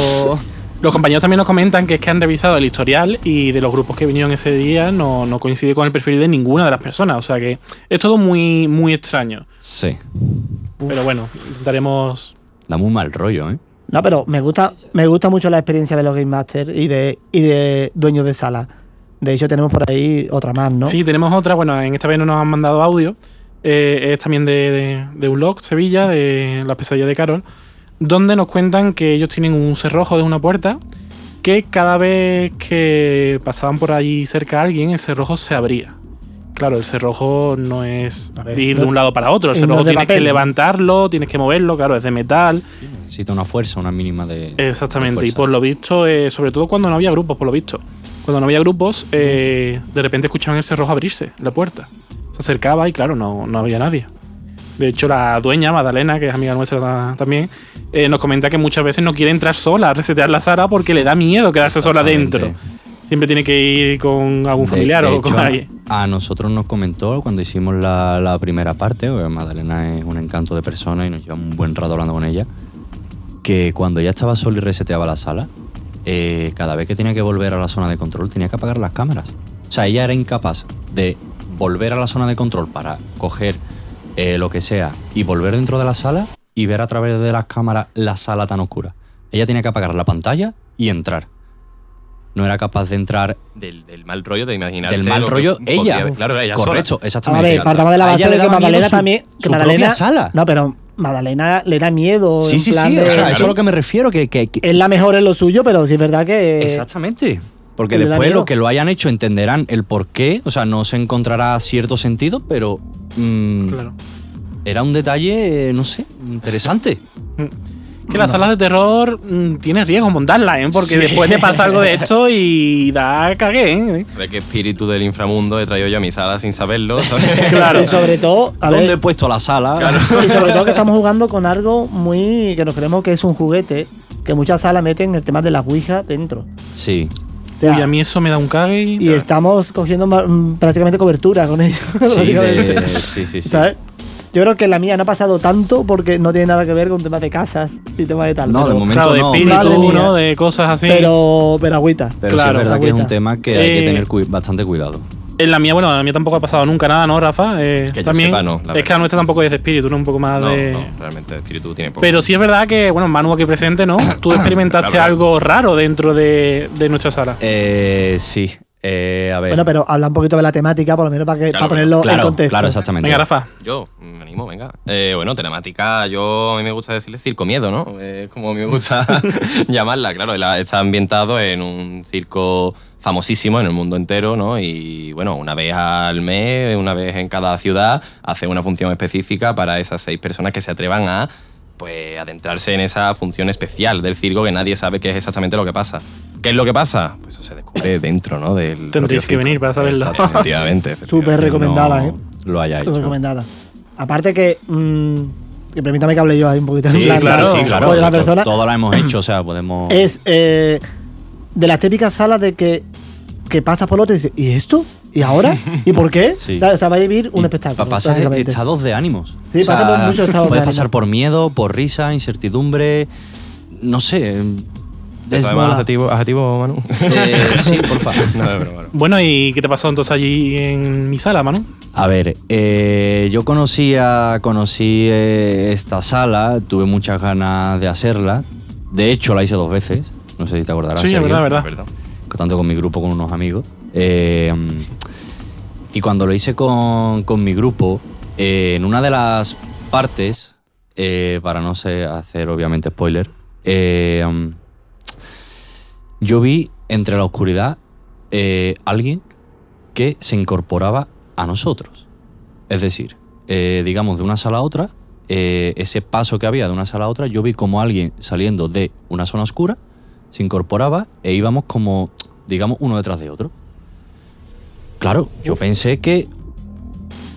Speaker 3: Los compañeros también nos comentan que es que han revisado el historial y de los grupos que vinieron ese día no, no coincide con el perfil de ninguna de las personas. O sea que es todo muy, muy extraño.
Speaker 5: Sí,
Speaker 3: Pero bueno, intentaremos.
Speaker 5: da muy mal rollo, ¿eh?
Speaker 2: No, pero me gusta, me gusta mucho la experiencia de los Game Master y de, y de dueños de sala. De hecho, tenemos por ahí otra más, ¿no?
Speaker 3: Sí, tenemos otra. Bueno, en esta vez no nos han mandado audio. Eh, es también de, de, de Ulog, Sevilla, de la pesadilla de Carol, donde nos cuentan que ellos tienen un cerrojo de una puerta que cada vez que pasaban por allí cerca a alguien, el cerrojo se abría. Claro, el cerrojo no es
Speaker 2: ver,
Speaker 3: ir
Speaker 2: no-
Speaker 3: de un lado para otro. El
Speaker 2: y no
Speaker 3: cerrojo
Speaker 2: es de
Speaker 3: tienes que
Speaker 2: papel.
Speaker 3: levantarlo, tienes que moverlo, claro, es de metal.
Speaker 5: Necesita una fuerza, una mínima de...
Speaker 3: Exactamente, y
Speaker 5: fuerza.
Speaker 3: por lo visto, eh, sobre todo cuando no había grupos, por lo visto. Cuando no había grupos, eh, de repente escuchaban el cerrojo abrirse, la puerta. Se acercaba y claro, no, no había nadie. De hecho, la dueña, Madalena, que es amiga nuestra ta- también, eh, nos comenta que muchas veces no quiere entrar sola a resetear la sala porque le da miedo quedarse sola dentro. Siempre tiene que ir con algún
Speaker 5: De-
Speaker 3: familiar
Speaker 5: de
Speaker 3: o con
Speaker 5: hecho,
Speaker 3: alguien.
Speaker 5: A nosotros nos comentó cuando hicimos la, la primera parte, porque Madalena es un encanto de persona y nos llevamos un buen rato hablando con ella, que cuando ella estaba sola y reseteaba la sala, eh, cada vez que tenía que volver a la zona de control tenía que apagar las cámaras. O sea, ella era incapaz de volver a la zona de control para coger eh, lo que sea y volver dentro de la sala y ver a través de las cámaras la sala tan oscura. Ella tenía que apagar la pantalla y entrar. No era capaz de entrar
Speaker 9: Del, del mal rollo de imaginarse.
Speaker 5: del mal
Speaker 9: lo que
Speaker 5: rollo
Speaker 9: podía
Speaker 5: ella.
Speaker 9: haber- claro, ella sola.
Speaker 5: Correcto,
Speaker 2: A
Speaker 5: exactamente.
Speaker 2: ver, partamos de la
Speaker 5: A
Speaker 2: base
Speaker 5: ella
Speaker 2: de
Speaker 5: le
Speaker 2: que
Speaker 5: daba miedo
Speaker 2: Madalena
Speaker 5: su-
Speaker 2: también. que
Speaker 5: su
Speaker 2: Madalena-
Speaker 5: propia sala.
Speaker 2: No, pero Madalena le da miedo.
Speaker 5: Sí,
Speaker 2: en
Speaker 5: sí,
Speaker 2: plan
Speaker 5: sí,
Speaker 2: de-
Speaker 5: o sea, eso es a lo que me refiero, que... que- que-
Speaker 2: Es la mejor en lo suyo, pero sí es verdad que.
Speaker 5: Exactamente. porque
Speaker 2: le da
Speaker 5: después
Speaker 2: miedo.
Speaker 5: lo que lo hayan hecho entenderán el por qué, o sea, no se encontrará cierto sentido, pero... mm,
Speaker 3: Claro.
Speaker 5: Era un detalle, eh, no sé, interesante.
Speaker 3: Mm. Que las salas de terror mm, tiene riesgo montarlas, ¿eh? porque
Speaker 5: Sí.
Speaker 3: después te pasa algo de esto y da cagué. ¿eh?
Speaker 9: A ver qué espíritu del inframundo he traído yo a mi sala sin saberlo. ¿sabes?
Speaker 2: Y sobre todo, a
Speaker 5: ¿Dónde
Speaker 2: ver,
Speaker 5: he puesto la sala?
Speaker 2: y sobre todo que estamos jugando con algo muy. que nos creemos que es un juguete, que muchas salas meten el tema de la Ouija dentro.
Speaker 5: Sí.
Speaker 2: O sea,
Speaker 3: Uy, a mí eso me da un cague.
Speaker 2: y estamos cogiendo ma- mm, prácticamente cobertura con ello.
Speaker 5: Sí,
Speaker 2: básicamente.
Speaker 5: de- sí, sí, sí.
Speaker 2: ¿Sabes? Yo creo que la mía no ha pasado tanto porque no tiene nada que ver con temas de casas y temas de tal.
Speaker 5: No, de
Speaker 2: pero-
Speaker 5: momento
Speaker 3: Claro, de
Speaker 5: no.
Speaker 2: Madre
Speaker 3: espíritu,
Speaker 2: mía.
Speaker 3: ¿no? de cosas así.
Speaker 2: Pero, pero agüita.
Speaker 5: Pero sí
Speaker 3: Claro,
Speaker 5: es verdad que es un
Speaker 2: agüita.
Speaker 5: tema que hay que
Speaker 3: Eh,
Speaker 5: tener cui- bastante cuidado.
Speaker 3: En la mía, bueno, en la mía tampoco ha pasado nunca nada, ¿no, Rafa? Eh,
Speaker 9: Que yo
Speaker 3: también,
Speaker 9: sepa, no, la
Speaker 3: es que la nuestra tampoco es de espíritu, ¿no? Un poco más
Speaker 9: No,
Speaker 3: de.
Speaker 9: no, realmente el espíritu tiene poco.
Speaker 3: Pero sí es verdad que, bueno, Manu aquí presente, ¿no? Tú experimentaste
Speaker 9: Claro.
Speaker 3: algo raro dentro de, de nuestra sala.
Speaker 5: Eh, sí, eh, a ver.
Speaker 2: Bueno, pero habla un poquito de la temática, por lo menos para, que,
Speaker 9: Claro,
Speaker 2: para ponerlo
Speaker 5: claro,
Speaker 2: en contexto.
Speaker 5: claro, exactamente.
Speaker 3: Venga, Rafa.
Speaker 9: Yo, me animo, venga. Eh, bueno, telemática, yo a mí me gusta decirle circo miedo, ¿no? Eh, Es como a mí me gusta llamarla, claro. la- está ambientado en un circo famosísimo en el mundo entero, ¿no? Y bueno, una vez al mes, una vez en cada ciudad, hace una función específica para esas seis personas que se atrevan a pues adentrarse en esa función especial del circo que nadie sabe qué es exactamente lo que pasa. ¿Qué es lo que pasa? Pues eso se descubre dentro, ¿no? Del propio
Speaker 3: Tendréis que
Speaker 9: circo.
Speaker 3: venir para saberlo.
Speaker 9: Efectivamente. efectivamente.
Speaker 2: Súper recomendada, ¿eh?
Speaker 5: Lo haya
Speaker 2: Súper
Speaker 5: hecho.
Speaker 2: recomendada. Aparte que, mm, que permítame que hable yo ahí un poquito.
Speaker 5: Sí,
Speaker 2: en plan,
Speaker 5: claro,
Speaker 2: de-
Speaker 5: sí, claro.
Speaker 2: de la
Speaker 5: de hecho,
Speaker 2: persona.
Speaker 5: Todo lo hemos hecho, o sea, podemos.
Speaker 2: Es eh, de las típicas salas de que, que pasas por otro y dices, ¿y esto? ¿Y ahora? ¿y por qué?
Speaker 5: Sí.
Speaker 2: ¿Sabes? O sea, va a vivir un
Speaker 5: Y
Speaker 2: espectáculo.
Speaker 5: pa- Pasas
Speaker 2: básicamente.
Speaker 5: estados de ánimos.
Speaker 2: Sí, pasa por muchos estados de
Speaker 5: Puedes
Speaker 2: ánimo.
Speaker 5: pasar por miedo, por risa, incertidumbre. No sé. em,
Speaker 9: ¿Te sabes más adjetivo, adjetivo, Manu?
Speaker 5: Eh, sí, porfa.
Speaker 9: No, es broma.
Speaker 3: Bueno, ¿y qué te pasó entonces allí en mi sala, Manu?
Speaker 5: A ver, eh, yo conocía, conocí eh, esta sala, tuve muchas ganas de hacerla. De hecho, la hice dos veces. No sé si te acordarás.
Speaker 3: Sí, es
Speaker 5: Sergio.
Speaker 3: verdad, es verdad. Es verdad.
Speaker 5: Tanto con mi grupo, con unos amigos. Eh, y cuando lo hice con, con mi grupo, eh, en una de las partes, eh, para no sé, hacer obviamente spoiler, eh, mm, yo vi entre la oscuridad eh, alguien que se incorporaba a nosotros. Es decir, eh, digamos, de una sala a otra, eh, ese paso que había de una sala a otra, yo vi como alguien saliendo de una zona oscura, se incorporaba e íbamos como, digamos, uno detrás de otro. Claro, yo pensé que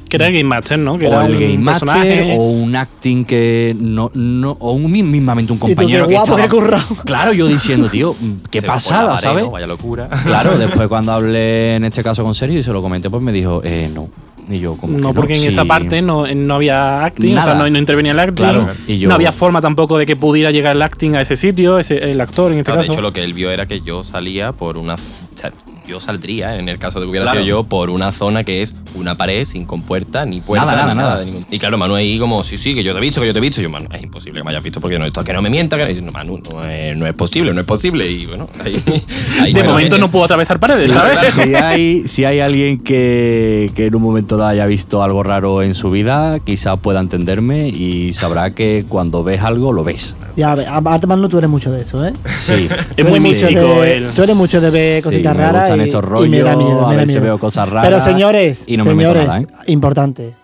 Speaker 3: Que
Speaker 5: Mm.
Speaker 3: era el Game Master, ¿no? Que
Speaker 5: o
Speaker 3: era
Speaker 5: el
Speaker 3: un
Speaker 5: Game Master
Speaker 3: personaje.
Speaker 5: o un acting que no, no o un mi- mismamente un compañero
Speaker 3: qué
Speaker 5: que
Speaker 3: guapo,
Speaker 5: estaba
Speaker 3: qué currado.
Speaker 5: claro yo diciendo tío mm, qué
Speaker 9: Se lo pone a la
Speaker 5: pasada
Speaker 9: pared,
Speaker 5: sabes
Speaker 9: ¿no? Vaya locura.
Speaker 5: claro después cuando hablé en este caso con Sergio y se lo comenté pues me dijo eh, no y yo como que
Speaker 3: No, porque en
Speaker 5: Sí.
Speaker 3: esa parte no, eh, no había acting, o
Speaker 5: Nada.
Speaker 3: sea, no, no intervenía el acting.
Speaker 5: Claro, y yo-
Speaker 3: No había forma tampoco de que pudiera llegar el acting a ese sitio, ese, el actor en este
Speaker 9: No, de
Speaker 3: caso.
Speaker 9: hecho, lo que él vio era que yo salía por una. o sea, yo saldría, en el caso de que hubiera
Speaker 3: Claro.
Speaker 9: sido yo, por una zona que es una pared sin compuerta, ni puerta,
Speaker 5: Nada, nada,
Speaker 9: ni
Speaker 5: nada.
Speaker 9: de ningún- Y claro, Manu ahí como, sí, sí, que yo te he visto, que yo te he visto. Y yo, Manu, es imposible que me hayas visto porque no, esto, que no me mienta. Que... y yo, No, Manu, no es, no es posible, no es posible. Y bueno, ahí. ahí eh,
Speaker 3: de
Speaker 9: me lo
Speaker 3: momento
Speaker 9: dejé.
Speaker 3: no puedo atravesar paredes,
Speaker 5: Sí,
Speaker 3: ¿sabes?
Speaker 5: si, hay, si hay alguien que, que en un momento dado haya visto algo raro en su vida, quizás pueda entenderme y sabrá que cuando ves algo lo ves.
Speaker 2: Ya, a ver, aparte, Manu, tú eres mucho de eso, ¿eh?
Speaker 5: Sí.
Speaker 2: Tú eres mucho de- Tú eres mucho de ver cositas
Speaker 5: me
Speaker 2: raras.
Speaker 5: gustan
Speaker 2: y,
Speaker 5: estos
Speaker 2: y me da
Speaker 5: rollos,
Speaker 2: miedo,
Speaker 5: a
Speaker 2: me da
Speaker 5: veces
Speaker 2: miedo.
Speaker 5: veo cosas raras
Speaker 2: Pero señores,
Speaker 5: y no me meto
Speaker 2: señores,
Speaker 5: nada, ¿eh?
Speaker 2: importante.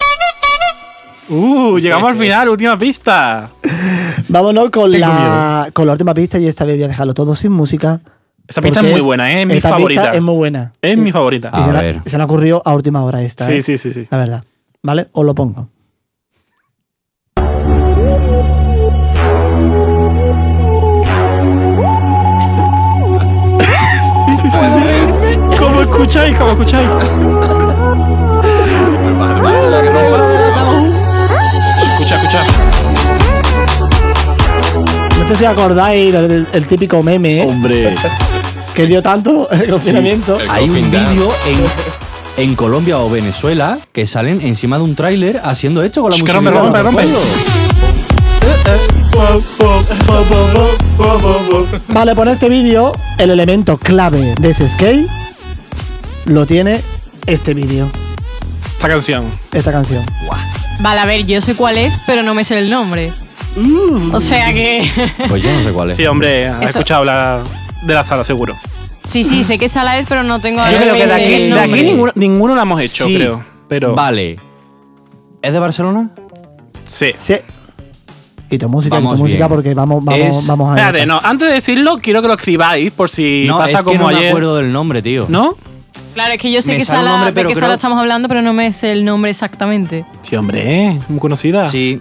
Speaker 3: Uh, llegamos al final, última pista.
Speaker 2: Vámonos con
Speaker 3: Tengo
Speaker 2: la, con la última pista y esta vez voy a dejarlo todo sin música.
Speaker 3: Esta pista es
Speaker 2: porque
Speaker 3: muy buena, ¿eh? es mi
Speaker 2: esta pista
Speaker 3: favorita.
Speaker 2: es muy buena.
Speaker 3: Es mi favorita.
Speaker 2: Y se, la, se la ocurrió a última hora esta.
Speaker 3: Sí,
Speaker 2: ¿eh?
Speaker 3: sí, sí, sí.
Speaker 2: La verdad. ¿Vale? Os lo pongo.
Speaker 3: Sí, sí, sí. ¿Cómo escucháis? ¿Cómo escucháis?
Speaker 9: Pues
Speaker 3: Escucha, escucha.
Speaker 2: No sé si acordáis del, del- el típico meme. ¿eh?
Speaker 5: Hombre.
Speaker 2: Que dio tanto el confinamiento.
Speaker 5: Sí. Hay un vídeo en, en Colombia o Venezuela que salen encima de un tráiler haciendo esto con la
Speaker 3: Sh, que
Speaker 5: música.
Speaker 3: rompe, rompe, rompe.
Speaker 2: Vale, por este vídeo, el elemento clave de ese skate lo tiene este vídeo,
Speaker 3: Esta canción.
Speaker 2: esta canción.
Speaker 4: Vale, a ver, yo sé cuál es, pero no me sé el nombre. O sea que.
Speaker 5: Pues yo no sé cuál es.
Speaker 3: Sí, hombre, has
Speaker 4: Eso-
Speaker 3: escuchado hablar de la sala, seguro.
Speaker 4: sí, sí, sé qué sala es, pero no tengo
Speaker 3: Yo creo que de aquí,
Speaker 4: el
Speaker 3: de aquí
Speaker 4: nombre.
Speaker 3: ninguno, ninguno la hemos hecho,
Speaker 5: Sí.
Speaker 3: creo. Pero.
Speaker 5: Vale. ¿Es de Barcelona?
Speaker 3: Sí.
Speaker 2: Sí. Quito música,
Speaker 5: Vamos
Speaker 2: quito música
Speaker 5: bien.
Speaker 2: porque vamos, vamos,
Speaker 5: Es-
Speaker 2: vamos a
Speaker 3: Espérate, no. Antes de decirlo, quiero que lo escribáis por si
Speaker 5: no,
Speaker 3: pasa
Speaker 5: es que
Speaker 3: como
Speaker 5: no
Speaker 3: ayer.
Speaker 5: me acuerdo del nombre, tío.
Speaker 3: ¿No?
Speaker 4: Claro, es que yo sé
Speaker 5: Me
Speaker 4: qué
Speaker 5: sale un
Speaker 4: sala,
Speaker 5: nombre,
Speaker 4: de
Speaker 5: pero
Speaker 4: qué
Speaker 5: creo-
Speaker 4: sala estamos hablando, pero no me sé el nombre exactamente.
Speaker 3: Sí, hombre, ¿eh? muy conocida.
Speaker 5: Sí.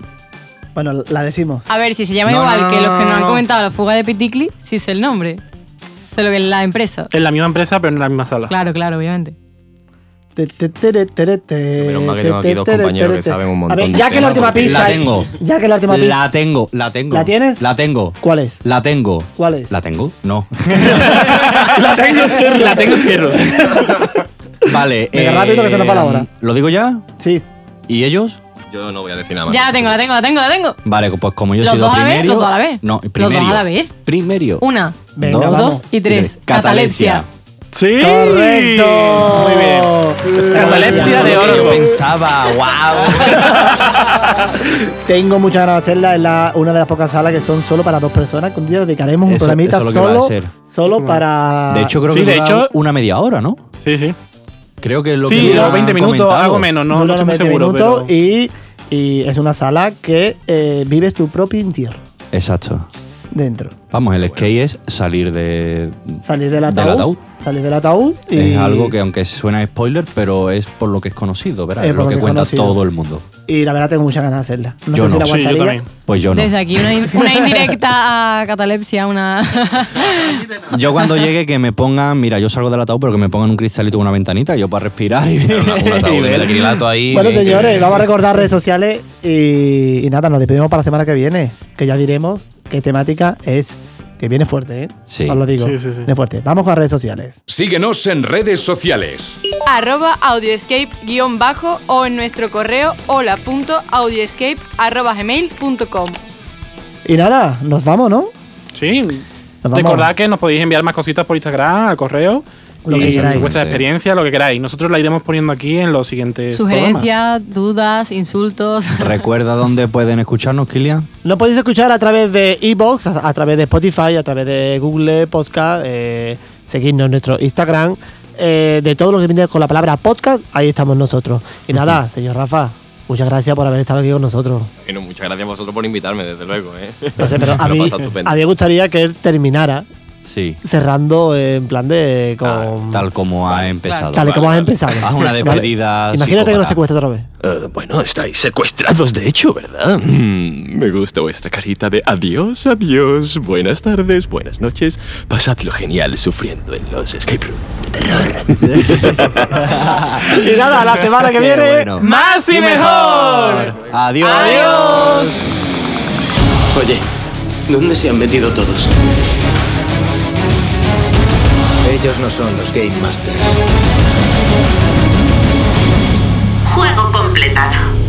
Speaker 2: Bueno, la decimos.
Speaker 4: A ver, si se llama
Speaker 3: No,
Speaker 4: igual
Speaker 3: no, no,
Speaker 4: que los que
Speaker 3: no,
Speaker 4: nos han
Speaker 3: no.
Speaker 4: comentado la fuga de Piticli, sí sé el nombre. De lo que es la empresa.
Speaker 3: En la misma empresa, pero en la misma sala.
Speaker 4: Claro, claro, obviamente.
Speaker 2: Menos
Speaker 9: mal que tengo aquí dos compañeros que saben un montón
Speaker 2: A ver,
Speaker 9: de
Speaker 2: ya que
Speaker 9: temas,
Speaker 2: la última
Speaker 9: porque-
Speaker 2: pista.
Speaker 5: La tengo.
Speaker 2: Ya que la última pista.
Speaker 5: La tengo, la tengo.
Speaker 2: ¿La tienes?
Speaker 5: La tengo.
Speaker 2: ¿Cuál es?
Speaker 5: La tengo.
Speaker 2: ¿Cuál es?
Speaker 5: ¿La tengo? No.
Speaker 2: La tengo izquierda.
Speaker 3: La tengo cierro.
Speaker 5: vale. eh, mm,
Speaker 2: Venga, rápido, que se nos va la hora.
Speaker 5: ¿Lo digo ya?
Speaker 2: Sí.
Speaker 5: ¿Y ellos?
Speaker 9: Yo no voy a decir nada más.
Speaker 4: Ya la tengo, la tengo, la tengo, la tengo.
Speaker 5: Vale, pues como yo he
Speaker 4: ¿Los
Speaker 5: sido
Speaker 4: dos a la vez?
Speaker 5: primero.
Speaker 4: ¿Los dos a la vez?
Speaker 5: No,
Speaker 4: ¿Los dos a
Speaker 5: primero.
Speaker 4: la vez?
Speaker 5: Primero.
Speaker 4: Una,
Speaker 2: Venga,
Speaker 4: dos,
Speaker 2: vamos.
Speaker 4: y tres. Catalepsia.
Speaker 3: Sí.
Speaker 2: Correcto.
Speaker 3: Muy bien. Catalepsia de
Speaker 9: Yo
Speaker 3: oro.
Speaker 9: pensaba, wow.
Speaker 2: Tengo muchas ganas de hacerla. Es la, una de las pocas salas que son solo para dos personas. que Un día dedicaremos un
Speaker 5: Eso-
Speaker 2: programita
Speaker 5: eso es lo que iba a
Speaker 2: solo,
Speaker 5: hacer.
Speaker 2: solo para.
Speaker 5: De hecho, creo
Speaker 3: Sí,
Speaker 5: que
Speaker 3: de
Speaker 5: dura
Speaker 3: hecho-
Speaker 5: una media hora, ¿no?
Speaker 3: Sí, sí.
Speaker 5: Creo que es lo que.
Speaker 3: Sí,
Speaker 5: me
Speaker 3: o
Speaker 5: han
Speaker 3: 20 minutos,
Speaker 5: comentado.
Speaker 3: algo menos, no, no
Speaker 2: dura
Speaker 3: estoy muy
Speaker 2: 90
Speaker 3: seguro.
Speaker 2: minutos
Speaker 3: Pero...
Speaker 2: y, y es una sala que eh, vives tu propio entierro
Speaker 5: Exacto.
Speaker 2: dentro.
Speaker 5: Vamos, el skate es salir de.
Speaker 2: Salir del
Speaker 5: Mm. Del
Speaker 2: ataúd.
Speaker 5: ataúd.
Speaker 2: Salir del ataúd y.
Speaker 5: Es algo que, aunque suena spoiler, pero es por lo que es conocido, ¿verdad?
Speaker 2: Es
Speaker 5: Es,
Speaker 2: por
Speaker 5: lo que,
Speaker 2: es
Speaker 5: cuenta
Speaker 2: conocido.
Speaker 5: todo el mundo.
Speaker 2: Y la verdad tengo muchas ganas de hacerla. No
Speaker 5: Yo no.
Speaker 2: sé si la
Speaker 5: Sí,
Speaker 3: yo
Speaker 2: aguantaría.
Speaker 3: también.
Speaker 5: Pues yo no.
Speaker 4: Desde aquí una, in- una indirecta a catalepsia, una.
Speaker 5: Yo cuando llegue que me pongan, mira, yo salgo del ataúd, pero que me pongan un cristalito con una ventanita, yo para respirar y
Speaker 9: Una- un ataúd de acrilato ahí.
Speaker 2: bueno,
Speaker 9: bien, que-
Speaker 2: señores, vamos a recordar redes sociales y, y nada, nos despedimos para la semana que viene, que ya diremos qué temática es Que viene fuerte, ¿eh?
Speaker 5: Sí.
Speaker 2: Os lo digo.
Speaker 6: Sí, sí, sí.
Speaker 2: Viene fuerte. Vamos con las redes sociales.
Speaker 6: Síguenos en redes sociales.
Speaker 7: arroba audioescape-bajo o en nuestro correo hola.audioescape.gmail.com
Speaker 2: Y nada, nos vamos, ¿no?
Speaker 3: Sí.
Speaker 2: vamos.
Speaker 3: Recordad que nos podéis enviar más cositas por Instagram, al correo.
Speaker 2: Lo
Speaker 3: y
Speaker 2: que queráis.
Speaker 3: vuestra experiencia, lo que queráis. Nosotros la iremos poniendo aquí en los siguientes programas.
Speaker 4: Sugerencias, dudas, insultos.
Speaker 5: Recuerda dónde pueden escucharnos, Kilian.
Speaker 2: Lo podéis escuchar a través de iBox, a, a través de Spotify, a través de Google Podcast, eh, seguidnos en nuestro Instagram, eh, de todo lo que viene con la palabra podcast, ahí estamos nosotros. Y nada, señor Rafa, muchas gracias por haber estado aquí con nosotros.
Speaker 9: Bueno, muchas gracias a vosotros por invitarme, desde luego. ¿eh?
Speaker 2: No sé, pero
Speaker 9: Me
Speaker 2: a
Speaker 9: lo he
Speaker 2: mí,
Speaker 9: pasado estupendo.
Speaker 2: a mí me gustaría que él terminara
Speaker 5: Sí.
Speaker 2: cerrando eh, en plan de con
Speaker 5: Ah, Tal como ha empezado.
Speaker 2: tal y como has empezado.
Speaker 5: Haz una
Speaker 2: ¿vale?
Speaker 5: despedida.
Speaker 2: Imagínate que nos
Speaker 5: psicópata.
Speaker 2: secuestra otra vez.
Speaker 1: Eh, bueno, estáis secuestrados, de hecho, ¿verdad? Mm, me gusta vuestra carita de adiós, adiós, buenas tardes, buenas noches. Pasadlo genial sufriendo en los escape room de terror.
Speaker 2: y nada, la semana que
Speaker 1: Qué
Speaker 2: viene,
Speaker 1: bueno.
Speaker 2: más y mejor.
Speaker 5: Adiós.
Speaker 2: Adiós.
Speaker 12: Oye, ¿dónde se han metido todos? Ellos no son los Game Masters.
Speaker 13: Juego completado.